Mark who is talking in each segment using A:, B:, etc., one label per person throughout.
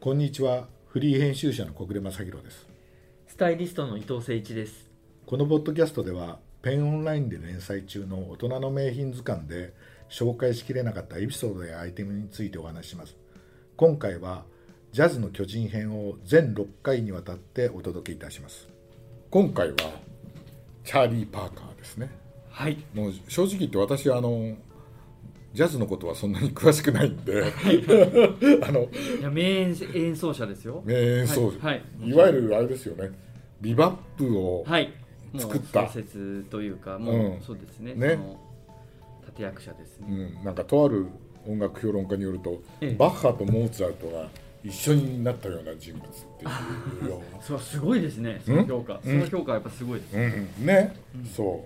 A: こんにちはフリー編集者の小暮正弘です
B: スタイリストの伊藤誠一です。
A: このポッドキャストではペンオンラインで連載中の大人の名品図鑑で紹介しきれなかったエピソードやアイテムについてお話しします今回はジャズの巨人編を全6回にわたってお届けいたします今回はチャーリー・パーカーですね
B: はい。
A: もう正直言って私あのジャズのことはそんなに詳しくないんで あの
B: いや名演演奏者ですよ。
A: 名演奏者、、
B: はいはい
A: わゆるあれですよねビバップを、
B: はい。もう
A: 作った
B: 小説というか、も
A: うん
B: うそうですね。
A: ね
B: その立役者です
A: う
B: ね。
A: ん、なんかとある音楽評論家によると、
B: ええ
A: バッハとモーツァルトが一緒になったような人物っていうよ
B: それはすごいですね。その評価、その評価はやっぱすごいです。
A: うな、うん、ね、そ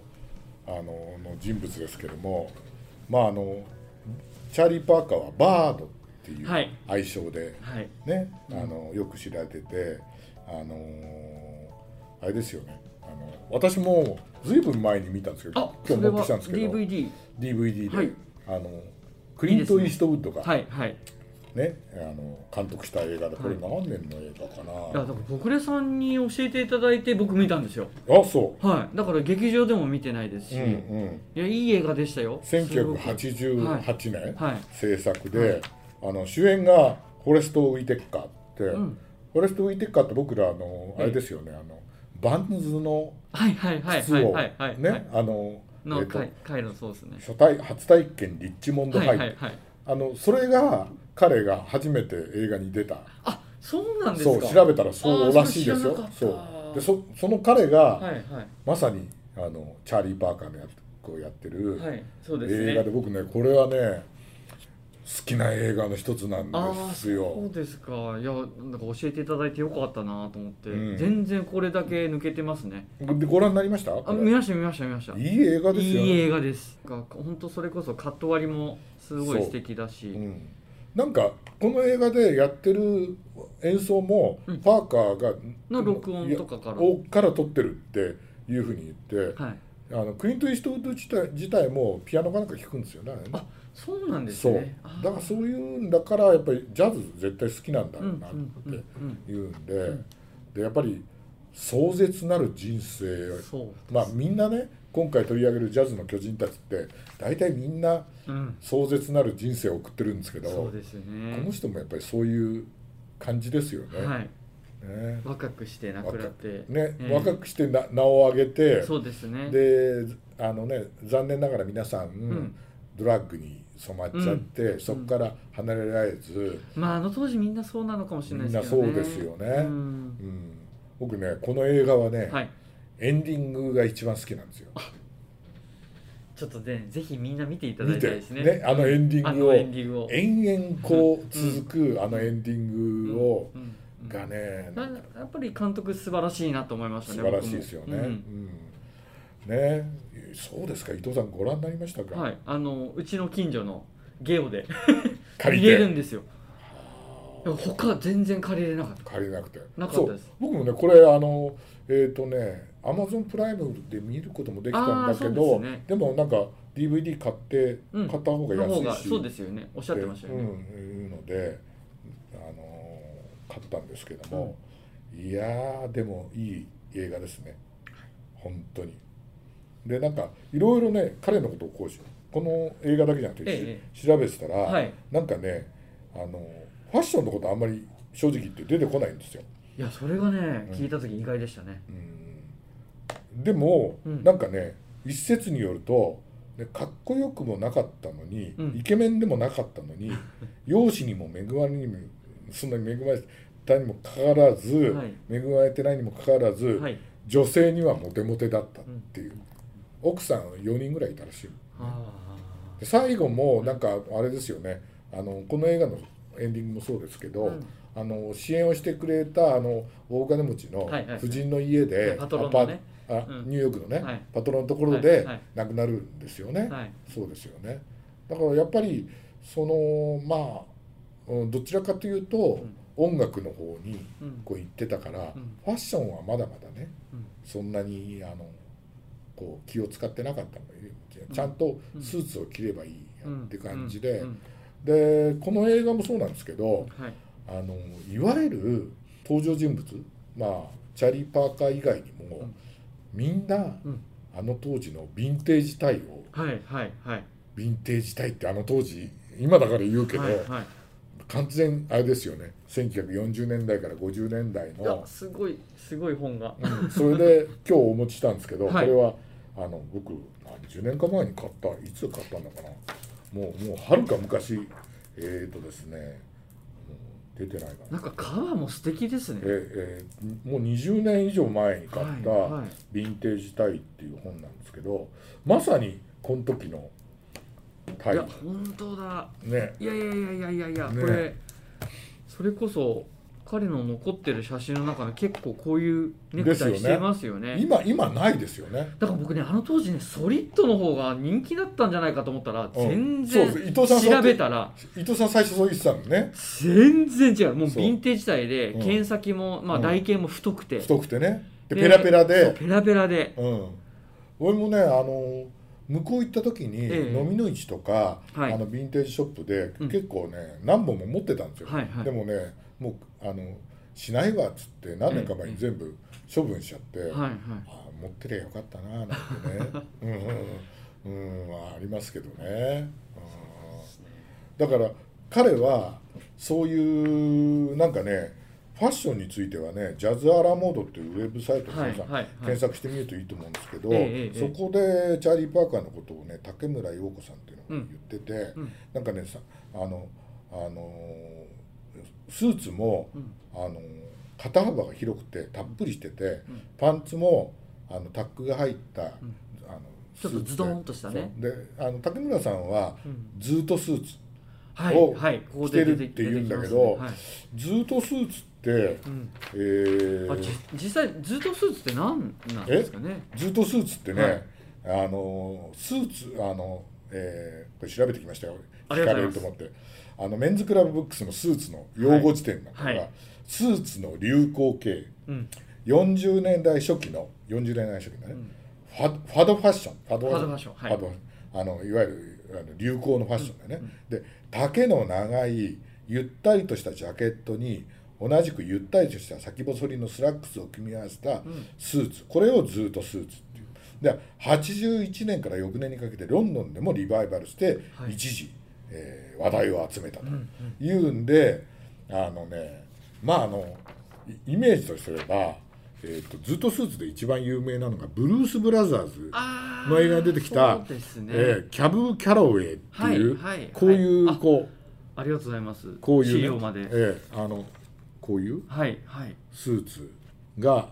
A: うあのの人物ですけどもまああのチャーリー・パーカーはバードっていう
B: はい
A: 愛称で、
B: はい。
A: ね、あのよく知られてて、あのーあれですよねあの私もずいぶん前に見たんですけ
B: あ
A: ど、
B: そ
A: 今日
B: れ
A: 持って
B: は
A: きたんですけど
B: DVD。
A: DVD で、
B: はい
A: あのクリント・イーストウッドが
B: はいはい。
A: ね、あの監督した映画でこれ何年の映画かな、
B: いやだから小暮さんに教えていただいて僕見たんですよ。
A: あそ
B: はい。だから劇場でも見てないです
A: う、
B: し、
A: うんうん、
B: いやいい映画でしたよ。
A: 1988年、
B: はい
A: 制作で、あの主演がフォレスト・ウィテッカーって、
B: ん
A: フォレスト・ウィテッカーって僕らあのあれですよね、あのバンズの
B: はいはいはい
A: 靴
B: はい
A: を
B: はいはい。
A: ね。あの、
B: の、
A: えっと
B: かいカイロのソースね。
A: 初体初体験リッチモンド・ハ
B: は
A: イ、
B: いはいはい。
A: あのそれが彼が初めて映画に出た
B: あそうなんです
A: そう
B: か。
A: 調べたらそ
B: あ
A: う
B: ー
A: らしいです
B: そ
A: よ
B: れ知
A: そ
B: ら
A: う
B: なかった
A: でそその彼が、
B: はいはい
A: まさにあのチャーリー・パーカーのやこうやってる、
B: はいそうですね
A: 映画で僕ねこれはね好きな映画の一つなん
B: あ
A: で
B: あ
A: す
B: そ
A: よ
B: う。ですかいやなんか教えていただいてよかったなと思って、
A: うん
B: 全然これだけ抜けてますね
A: でご覧になりました
B: あ
A: これ
B: 見ました見ました見ました
A: いい映画ですよ、ね
B: いい映画ですが本当それこそカット割りもすごい素敵だし、
A: うん、なんかこの映画でやってる演奏もパーカーが、
B: の録音とかから
A: いやから撮ってるっていうふうに言って、
B: はい
A: あのクリント・イーストウッド自体自体もピアノかなんか弾くんですよねあれね
B: あそうなんです
A: そう
B: ねあー
A: だからそういうんだからやっぱりジャズ絶対好きなんだ
B: う
A: ろ
B: んう
A: うんなって
B: うんうん
A: 言うんで,、でやっぱり壮絶なる人生
B: そ
A: まあみんなね今回取り上げるジャズの巨人たちって大体みんな
B: ううん
A: 壮絶なる人生を送ってるんですけど
B: そうです
A: この
B: ね
A: 人もやっぱりそういう感じですよね。
B: はい
A: ね
B: 若くして亡くなって
A: ね
B: ええ
A: 若くしてな名を上げて
B: そうですね
A: であのね残念ながら皆さん、
B: ん
A: ドラッグに染まっちゃって、そこから離れられず、
B: まああの当時みんなそうなのかもしれないですけ
A: み
B: ど
A: ん
B: ね
A: なそうですよね
B: ん
A: うん、僕ねこの映画はね、
B: はい
A: エンディングが一番好きなんですよ。
B: ちょっとね、ぜひみんな見ていただ
A: 見
B: きたい
A: て
B: ですね。
A: ねあのエンディ
B: あ
A: ングを
B: のエンディングを。
A: 延々こう続くあのエンディングを
B: うんうん
A: がね
B: なやっぱり監督素晴らしいなと思いましたね。
A: 素晴らしいですよね。
B: 僕
A: う
B: も
A: んねそうですか伊藤さんご覧になりました
B: うんは
A: か
B: い、あのうちの近所のゲオで
A: 借り
B: 見れる
A: て
B: んですよ。でも他全然借りれなかった。
A: 借りなくて
B: なか
A: そ
B: ったで
A: う
B: す
A: 僕もねこれあのえっとねアマゾンプライムで見ることもできたんだけ
B: あーそ
A: ど
B: うですね
A: でもなんか DVD 買って
B: う
A: 買っ
B: ん
A: た方が
B: の方が
A: 安いし
B: そうですよね。おっしゃってましたよ
A: で
B: ね。
A: うん、いうので、あのー買ったんですけども、いやーでもいい映画ですね本当に。でなんかいろいろね彼のことをこうしこの映画だけじゃなくて、
B: え
A: し調べてたら、
B: はい
A: なんかねあのファッションのことあんまり正直言って出てこないんですよ。
B: いやそれがね、
A: うん
B: 聞いた時意外でしたね。
A: うんでも、
B: うん
A: なんかね一説によるとねかっこよくもなかったのに、
B: うん
A: イケメンでもなかったの に容姿にも恵まれにもそんなに恵まれたにもかかわらず、
B: はい
A: 恵まれてないにもかかわらず、
B: はい。
A: 女性にはモテモテだったっていう、奥さん4人ぐらいいたらしい
B: あ
A: で最後もなんかあれですよねあのこの映画のエンディングもそうですけど、
B: うん
A: あの支援をしてくれたあの大金持ちの
B: はいはい
A: 夫人の家で、
B: パトロンのね
A: アパあ
B: うん
A: ニューヨークのね、
B: はい
A: パトロンのところ
B: はい
A: で
B: はい
A: 亡くなるんですよね、
B: あ。はい。
A: そうですよねだからやっぱりそのまあうんどちらかというと、
B: ん
A: 音楽の方に
B: うん。
A: こう行ってたから、
B: うん
A: ファッションはまだまだね
B: うん
A: そんなにあのこう気を使ってなかったのよちゃんとスーツを着ればいいやって感じで、
B: うん
A: でこの映画もそうなんですけど
B: うんはい。
A: あのいわゆる登場人物まあチャーリー・パーカー以外にも、
B: うん
A: みんな、
B: うん
A: あの当時のヴィンテージタイを
B: はいはいはい
A: ヴィンテージタイってあの当時今だから言うけど、
B: はいはい
A: 完全あれですよね1940年代から50年代
B: いや
A: の、
B: すごいすごい本が
A: うんそれで今日お持ちしたんですけど、
B: はい
A: これはあの僕何十年か前に買ったいつ買ったんだかなもうもうはるか昔えー、とですねもう出てないかな
B: なんか革も素敵ですね
A: ええーもう20年以上前に買った
B: はいはい
A: 「ヴィンテージタイ」っていう本なんですけどまさにこの時のタ
B: い
A: イ
B: や本当だ
A: ね
B: いやいやいやいやいやいや、
A: ね
B: これそれこそ彼の残ってる写真の中で結構こういうネクタイ
A: です
B: し
A: よね
B: てますよね
A: 今今ないですよね
B: だから僕ねあの当時ねソリッドの方が人気だったんじゃないかと思ったら
A: うん
B: 全
A: そうです
B: 然
A: 伊藤さんそう
B: 調べたら
A: 伊藤さん最初そう言ってたのね
B: 全然違うもうヴ
A: そう
B: ィンテージ体で
A: うん
B: 剣先もまあ
A: うん
B: 台形も太くて
A: 太くてねで
B: ね
A: ペラペラ
B: そう
A: で、
B: ペラペラで
A: うん、俺もねあの向こう行った時に
B: ええ
A: 飲みの市とか、
B: はい
A: あのヴィンテージショップで
B: うん
A: 結構ね、何本も持ってたんですよ、
B: はいはい
A: でもねもうあのしないわっつって何年か前に全部処分しちゃって、
B: はいはい
A: あ持ってりゃよかったななんて ねうんうんうん、うんまあ、ありますけどね、うん、だから彼はそういうなんかねファッションについてはねジャズアラモードっていうウェブサイトを
B: はい
A: 皆さん
B: はいはい
A: 検索してみるといいと思うんですけど、
B: ええええ
A: そこでチャーリー・パーカーのことをね竹村陽子さんっていうのが言ってて、
B: うん
A: なんかねさあのあのスーツも、
B: うん
A: あの肩幅が広くてたっぷりしてて、
B: ん
A: パンツもあのタックが入った、
B: ん
A: あの
B: ち
A: スー
B: ょっと
A: ツで
B: ズドンとしたね
A: そうであの竹村さんは、
B: うん
A: ずーっとスーツ
B: はい
A: を
B: はいここ
A: 着て
B: で
A: る
B: 出
A: ってて言うんだけど
B: 出てきますねはい
A: ずーっとスーツって、
B: うん
A: えー
B: あじ実際ずっとスーツって何なんですかね
A: ずーっとスーツってね、
B: はい
A: あのスーツあの、えーこれ調べてきましたよ
B: ありがとう
A: れ
B: ございま
A: る
B: す
A: と思ってあのメンズクラブブックスのスーツの用語辞典なんかが、
B: はいはい
A: スーツの流行形
B: うん
A: 40年代初期の40年代初期のね、
B: うん
A: ファファドファッションファド
B: ファドファッションはい
A: ファドあのいわゆるあの流行のファッションだよね、で丈の長いゆったりとしたジャケットに同じくゆったりとした先細りのスラックスを組み合わせた
B: ん
A: スーツ、これをずっとスーツっていうで81年から翌年にかけてロンドンでもリバイバルして
B: はい
A: 一時、えー話題を集めたというんで、あのねまああのイイメージとすれば、えー、とずっとスーツで一番有名なのがブルース・ブラザーズ
B: あー
A: の映画に出てきた、
B: そうですね、
A: えーキャブ・キャロウェイっていう、
B: はいはい
A: こういう、
B: はいあ
A: こ
B: ありがとうございます
A: うこういう、ね、
B: 資料まで、
A: えーあのこういう
B: はいはい
A: スーツが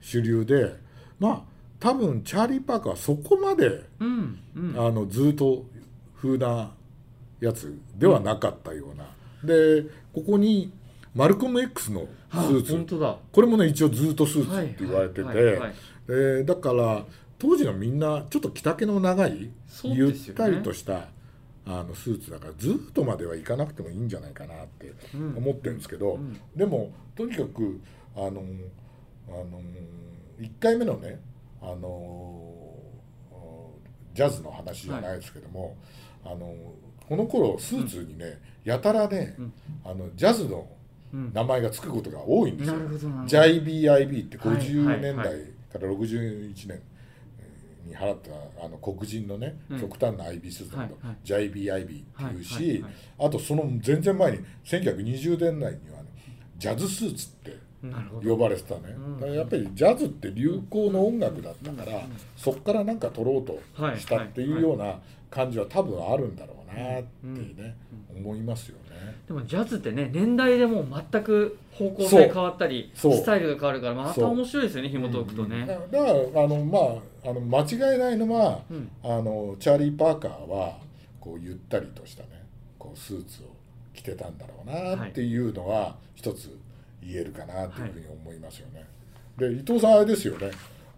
A: 主流でまあ多分チャーリー・パーカーはそこまで、
B: うんうん
A: あのずっと風なやつではなかったような、でここにマルコム X のス
B: あ
A: ーツ、
B: 本当だ
A: これもね一応ずっとスーツって言われて
B: はいはいはいはい
A: てでだから当時のみんなちょっと着丈の長い、
B: そう
A: ゆっ
B: ですよね
A: たりとしたあのスーツだからずっとまではいかなくてもいいんじゃないかなって
B: うん
A: 思ってるんですけど、
B: うん
A: でもとにかくあのあの1回目のねあのジャズの話じゃないですけども、あのこの頃スーツにね、やたらね、
B: うん
A: あのジャズの
B: うん
A: 名前が付くことが多いんです
B: な
A: よ。
B: るほどなるほど
A: JIBIB って
B: はい
A: 50年代
B: はい
A: から61年に払ったあの黒人のね、
B: うん
A: 極端な IB スーツのこと、JIBIB っていうし、
B: はいはいはい
A: あとその全然前に1920年代には、ね、ジャズスーツって
B: なるほど
A: 呼ばれてたね、
B: うん
A: だからやっぱりジャズって流行の音楽だったから、
B: うん
A: そっからなんか取ろうと
B: はい
A: したっていうような感じは多分あるんだろうなってね、思いますよね。
B: でもジャズってね年代でもう全く方向性変わったり
A: そうそう
B: スタイルが変わるからまた
A: そう
B: 面白いですよね紐解くとね、
A: だだからあのまああの間違いないのは、
B: うん
A: あのチャーリー・パーカーはこうゆったりとしたねこうスーツを着てたんだろうなっていうのは一つ言えるかなというふうに思いますよね。で伊藤さんあれですよね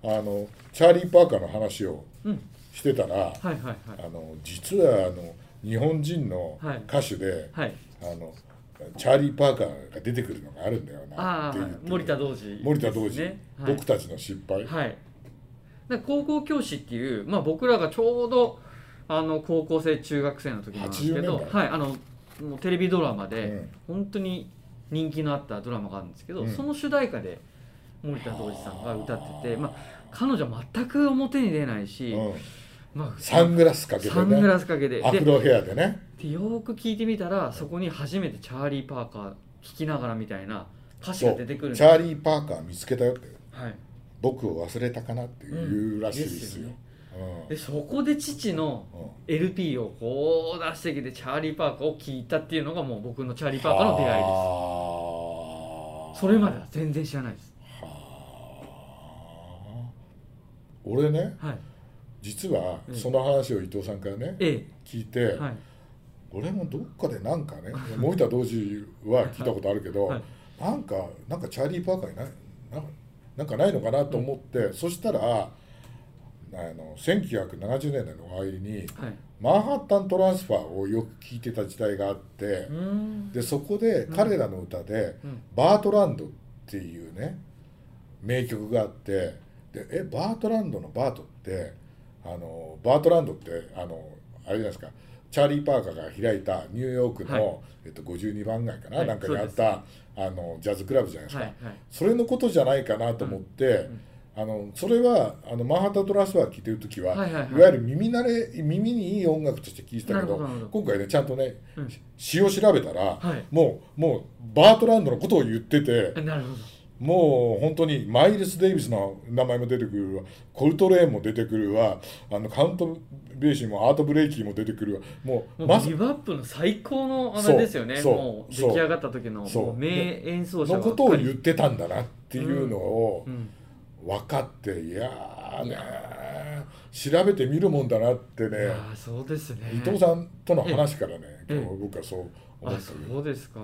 A: あのチャーリー・パーカーの話を
B: うん
A: してたら、
B: はいはいはい
A: あの実はあの日本人の
B: はい
A: 歌手で、
B: はい
A: あのチャーリー・パーカーが出てくるのがあるんだよな
B: あ
A: って
B: あ
A: 言
B: は
A: っ
B: い
A: て
B: 森田同士
A: 森田同時、
B: ねはい
A: 僕たちの失敗、
B: はい、で高校教師っていう、まあ、僕らがちょうどあの高校生中学生の時なんですけど
A: 80年代
B: はい、あのもうテレビドラマで、
A: うん
B: 本当に人気のあったドラマがあるんですけど、
A: うん
B: その主題歌で森田童子さんが歌ってて、まあ、彼女は全く表に出ないし、
A: うん、
B: まあ、
A: サングラスかけて
B: サング
A: ね
B: ラスかけて
A: ア
B: で
A: フロヘアでね
B: でよーく聞いてみたらそこに初めてチャーリー・パーカー聴きながらみたいな歌詞
A: そ
B: が
A: う
B: 出てくるんです
A: チャーリー・パーカー見つけたよって
B: はい
A: 僕を忘れたかなっていうらしいですよ
B: うん,、でそこで父の
A: うん
B: LP をこう出してきてチャーリー・パーカーを聴いたっていうのがもう僕のチャーリー・パーカーの出会いで
A: あー
B: すそれまでは全然知らないです
A: はー俺ね
B: はい
A: 実は
B: うん
A: その話を伊藤さんからね
B: え
A: 聞いて、
B: えはい
A: 俺もどっかでなんかね森田同時は聞いたことあるけど、
B: はい
A: なんかなんかチャーリー・パーカーにないなんかなんかないのかなと思って、そしたらあの1970年代の終わりに
B: はい
A: マンハッタン・トランスファーをよく聞いてた時代があって
B: うー、ん
A: でそこで彼らの歌で、
B: うん
A: バートランドっていうね名曲があってでえバートランドのバートってあのバートランドってあのあれじゃないですかチャーリー・パーカーが開いたニューヨークの、
B: はい
A: えっと、52番街かな、
B: はい
A: なんかにあっ
B: そう
A: たあのジャズクラブじゃないです
B: は
A: か、
B: いはい
A: それのことじゃないかなと思って、あのそれはあのマンハッタン・トランスファー聴いてる時は、
B: はいいはいはい
A: わゆる耳慣れ耳にいい音楽として聴いてた
B: な
A: け
B: る
A: ど
B: ほどなるほ
A: 今回ねちゃんとね
B: どうん
A: 詩を調べたら、
B: はい
A: もうもうバートランドのことを言ってて
B: えなるほ
A: もう本当にマイルス・デイビスの名前も出てくるわコルトレーンも出てくるわあのカウント・ベーシーもアート・ブレイキーも出てくるわもう
B: ども
A: ま
B: う
A: さ
B: リバップの最高のあ
A: そう
B: れですよね
A: そう
B: もう出
A: そう
B: 来上がった時の
A: そう
B: もう名演奏者
A: の
B: ばっか
A: こと
B: り
A: を言ってたんだなっていうのを
B: うん
A: 分かっていやーね調べてみるもんだなって
B: い
A: ね
B: やーそうですね
A: 伊藤さんとの話からね
B: ええ
A: 今日僕はそう思
B: あ
A: ったけど
B: そうですか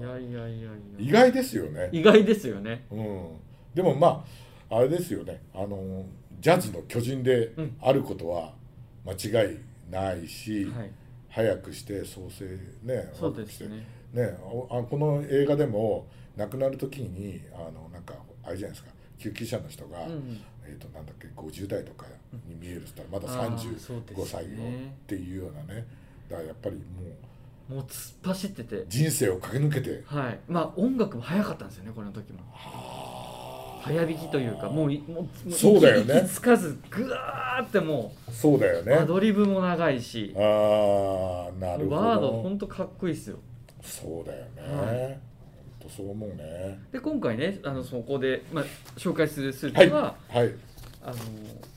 B: いやいやいや
A: うん
B: い
A: 意
B: や
A: 外ですよね
B: 意外ですよね
A: うん、でもまああれですよねあのジャズの巨人で
B: うん
A: あることは間違いないし、
B: はい
A: 早くして創生ね
B: そうです
A: ね
B: ね
A: ねおあこの映画でも亡くなる時にあのなんかあれじゃないですか救急車の人が、
B: うん
A: えー、となんだっけ50代とかに見えるっつったらまだ
B: あーそう
A: 35
B: です
A: 歳よ
B: ね
A: っていうようなねだからやっぱりもう
B: もう突っ走ってて
A: 人生を駆け抜けて
B: はいまあ音楽も早かったんですよねこの時も早弾きというかもういもうもう
A: そうだよね
B: 息つかずぐわーっても
A: そうだよ
B: う、
A: ね
B: アドリブも長いし
A: ああなるほど
B: ワードほんとかっこいいですよ
A: そうだよね、
B: は
A: ほんとそう思うね
B: で今回ねあのそこで、まあ、紹介するするのは、
A: はい
B: あのま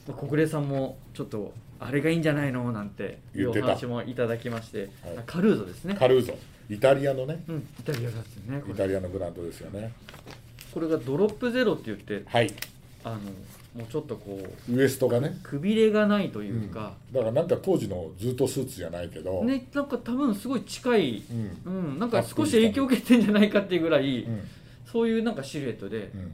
B: あ小暮さんもちょっとあれがいいんじゃないのなんてい
A: 言
B: う
A: っ
B: お
A: てた
B: 話もいただきまして、
A: はい
B: あカルーゾですね、
A: カルーゾイタリアのね
B: うん、イタリアですよねこ
A: イ
B: れ
A: タリアのブランドですよね
B: これがドロップゼロって言って
A: はい
B: あのもうちょっとこう
A: ウエストがね、
B: くびれがないというか、
A: だからなんか当時のずっとスーツじゃないけど、
B: ねなんか多分すごい近い、
A: うん
B: うん、なんか少し影響を受けてんじゃないかっていうぐらい、
A: うん
B: そういうなんかシルエットで、
A: うん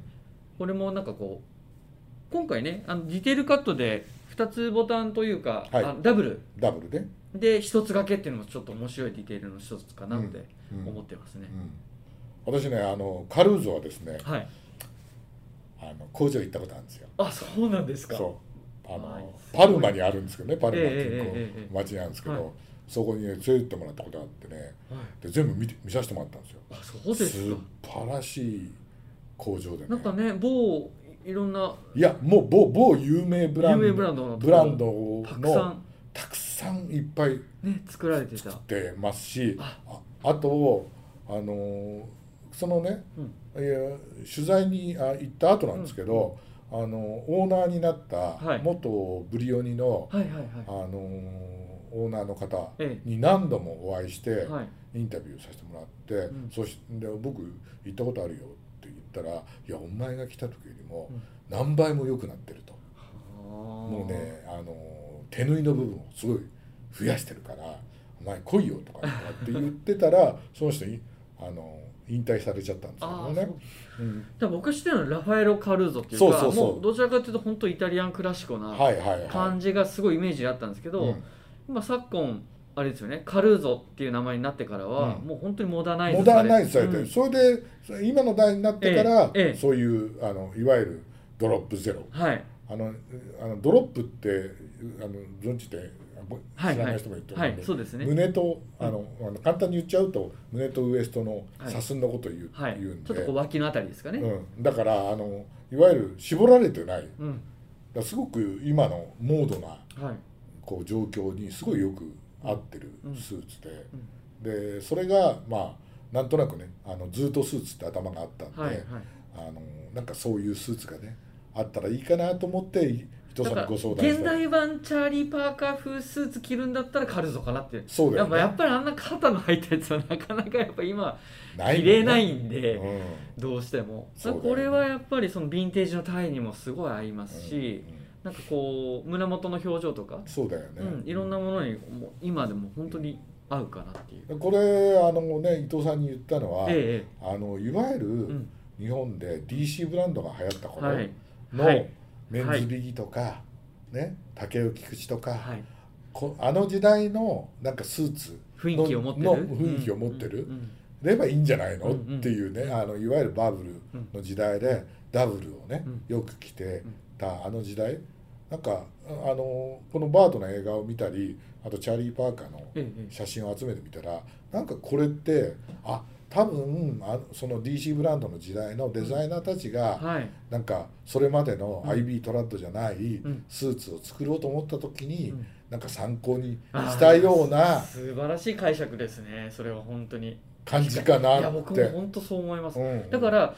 B: これもなんかこう今回ねあのディテールカットで2つボタンというか、
A: はい
B: あダブル
A: ダブルで、
B: で1つ掛けっていうのもちょっと面白いディテールの一つかなって
A: うん
B: 思ってますね
A: う、ん私ねあのカルーゾはですね
B: はい
A: あの工場行ったことあるんですよ
B: あそうなんですか
A: そうあの、
B: はい
A: パルマにあるんですけどねパルマって
B: ええええ
A: いうこ
B: ええ
A: う町なんですけど、
B: はい
A: そこにね連れてってもらったことがあってね
B: はい、
A: で全部見て見させてもらったんですよ
B: あそうですか
A: 素晴らしい工場でね
B: なんかね某いろんない
A: やもう某某有名ブランド
B: 有名ブランドのとこ
A: ブランドの
B: たくさん
A: たくさんいっぱい
B: ね作られてた
A: 出ますし
B: あ
A: ああとあのーそのね
B: うん
A: いや取材にあ行った後なんですけど、あのオーナーになった
B: はい
A: 元ブリオニの、
B: はいはいはい
A: あのーオーナーの方
B: え
A: に何度もお会いして、
B: はい
A: インタビューさせてもらって、
B: ん
A: そしてで僕行ったことあるよって言ったら「いやお前が来た時よりも
B: うん
A: 何倍も良くなってる」と。も
B: も
A: うねあの手縫いの部分をすごい増やしてるから「お前来いよ」とかとかって言ってたらその人にあの引退されちゃったんですけ
B: あ
A: ど
B: あ
A: ね
B: そう。
A: うん
B: だから僕知ってるのはラファエロ・カルーゾっていうか
A: そうそうそう
B: もうどちらかというと本当イタリアンクラシコな
A: はいはいはい。
B: 感じがすごいイメージであったんですけど、
A: うん
B: 今昨今あれですよねカルーゾっていう名前になってからは、
A: うん
B: もう本当にモダナイズ
A: モ
B: さ
A: ダ
B: れ
A: ンナイズされて、
B: うん
A: それでそれ今の代になってから、
B: ええええ
A: そういうあのいわゆるドロップゼロ
B: はい
A: あのあのドロップってあの存じてぼ
B: はい
A: 知らない人もいると思
B: は
A: うん
B: い
A: で、
B: そうですね
A: 胸とあのあの簡単に言っちゃうと胸とウエストの
B: はい
A: 左寸のことを言う,、
B: はい
A: 言うん
B: ちょ
A: で
B: っとこう脇のあたりですかね、
A: うん、だからあのいわゆる絞られてないだか
B: うん
A: らすごく今のモードな
B: はい、
A: こう状況にすごいよく合ってるスーツで。
B: うん
A: でそれがまあなんとなくねあのずっとスーツって頭があったんで、
B: はいはい
A: あのなんかそういうスーツがねあったらいいかなと思って伊藤さんにご相談し
B: 現
A: た
B: 代版チャーリー・パーカー風スーツ着るんだったらカルゾかなって
A: そうだよ
B: やっ
A: ね
B: ぱやっぱりあんな肩の入ったやつはなかなかやっぱ今
A: も
B: 着
A: ん
B: れないんで、
A: うん
B: どうしても
A: そうだよね
B: これはやっぱりそのヴィンテージのタイにもすごい合いますし、
A: う
B: なんかこう胸元の表情とか
A: ん、そうだよね、
B: うん、いろんなものにもう今でも本当に合うかなっていう、
A: これあのね伊藤さんに言ったのは、
B: え
A: あのいわゆる、
B: えええうん
A: 日本で DC ブランドが流行った頃
B: はい
A: の、
B: はい
A: メンズビギとか、ね竹尾菊池とか、
B: はい
A: こあの時代のなんかスーツ
B: 雰囲気を持ってる
A: の雰囲気を持ってる
B: うんうん
A: ればいいんじゃないの、
B: うんうん
A: っていうねあのいわゆるバブル
B: うん
A: の時代でダブルをね
B: うん
A: よく着てたあの時代なんかあのこのバードの映画を見たりあとチャーリー・パーカーの
B: ええええ
A: 写真を集めてみたらなんかこれってあ多分あその DC ブランドの時代のデザイナーたちが
B: はい
A: なんかそれまでの
B: うん
A: IB トラッドじゃない
B: ん
A: スーツを作ろうと思った時に
B: うん
A: なんか参考にしたよう
B: あー
A: な
B: 素晴らしい解釈ですねそれは本当に
A: 感じか
B: いや
A: なっ
B: 僕も
A: て。
B: 本当そう思います、
A: うん
B: だから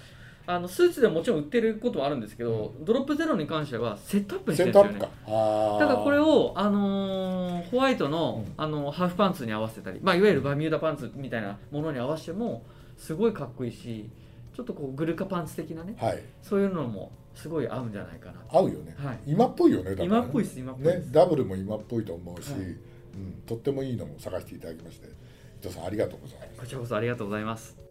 B: あのスーツでもちろん売ってることもあるんですけど、ドロップゼロに関してはセットアップにして
A: セ
B: る
A: ッ
B: んで
A: ト
B: す
A: アップ
B: よね
A: か。あー
B: だからこれを、あのーホワイトの,、
A: うん
B: あのハーフパンツに合わせたり、まあ、いわゆるバミューダパンツみたいなものに合わせてもすごいかっこいいしちょっとこうグルカパンツ的なね
A: はい
B: そういうのもすごい合うんじゃないかな
A: 合うよね。
B: はい
A: 今っぽいよねだからね
B: 今っぽいです今っぽいで
A: ね
B: す、
A: ダブルも今っぽいと思うし、
B: はい
A: うんとってもいいのを探していただきまして伊藤さんありがとうございます。
B: こちらこそありがとうございます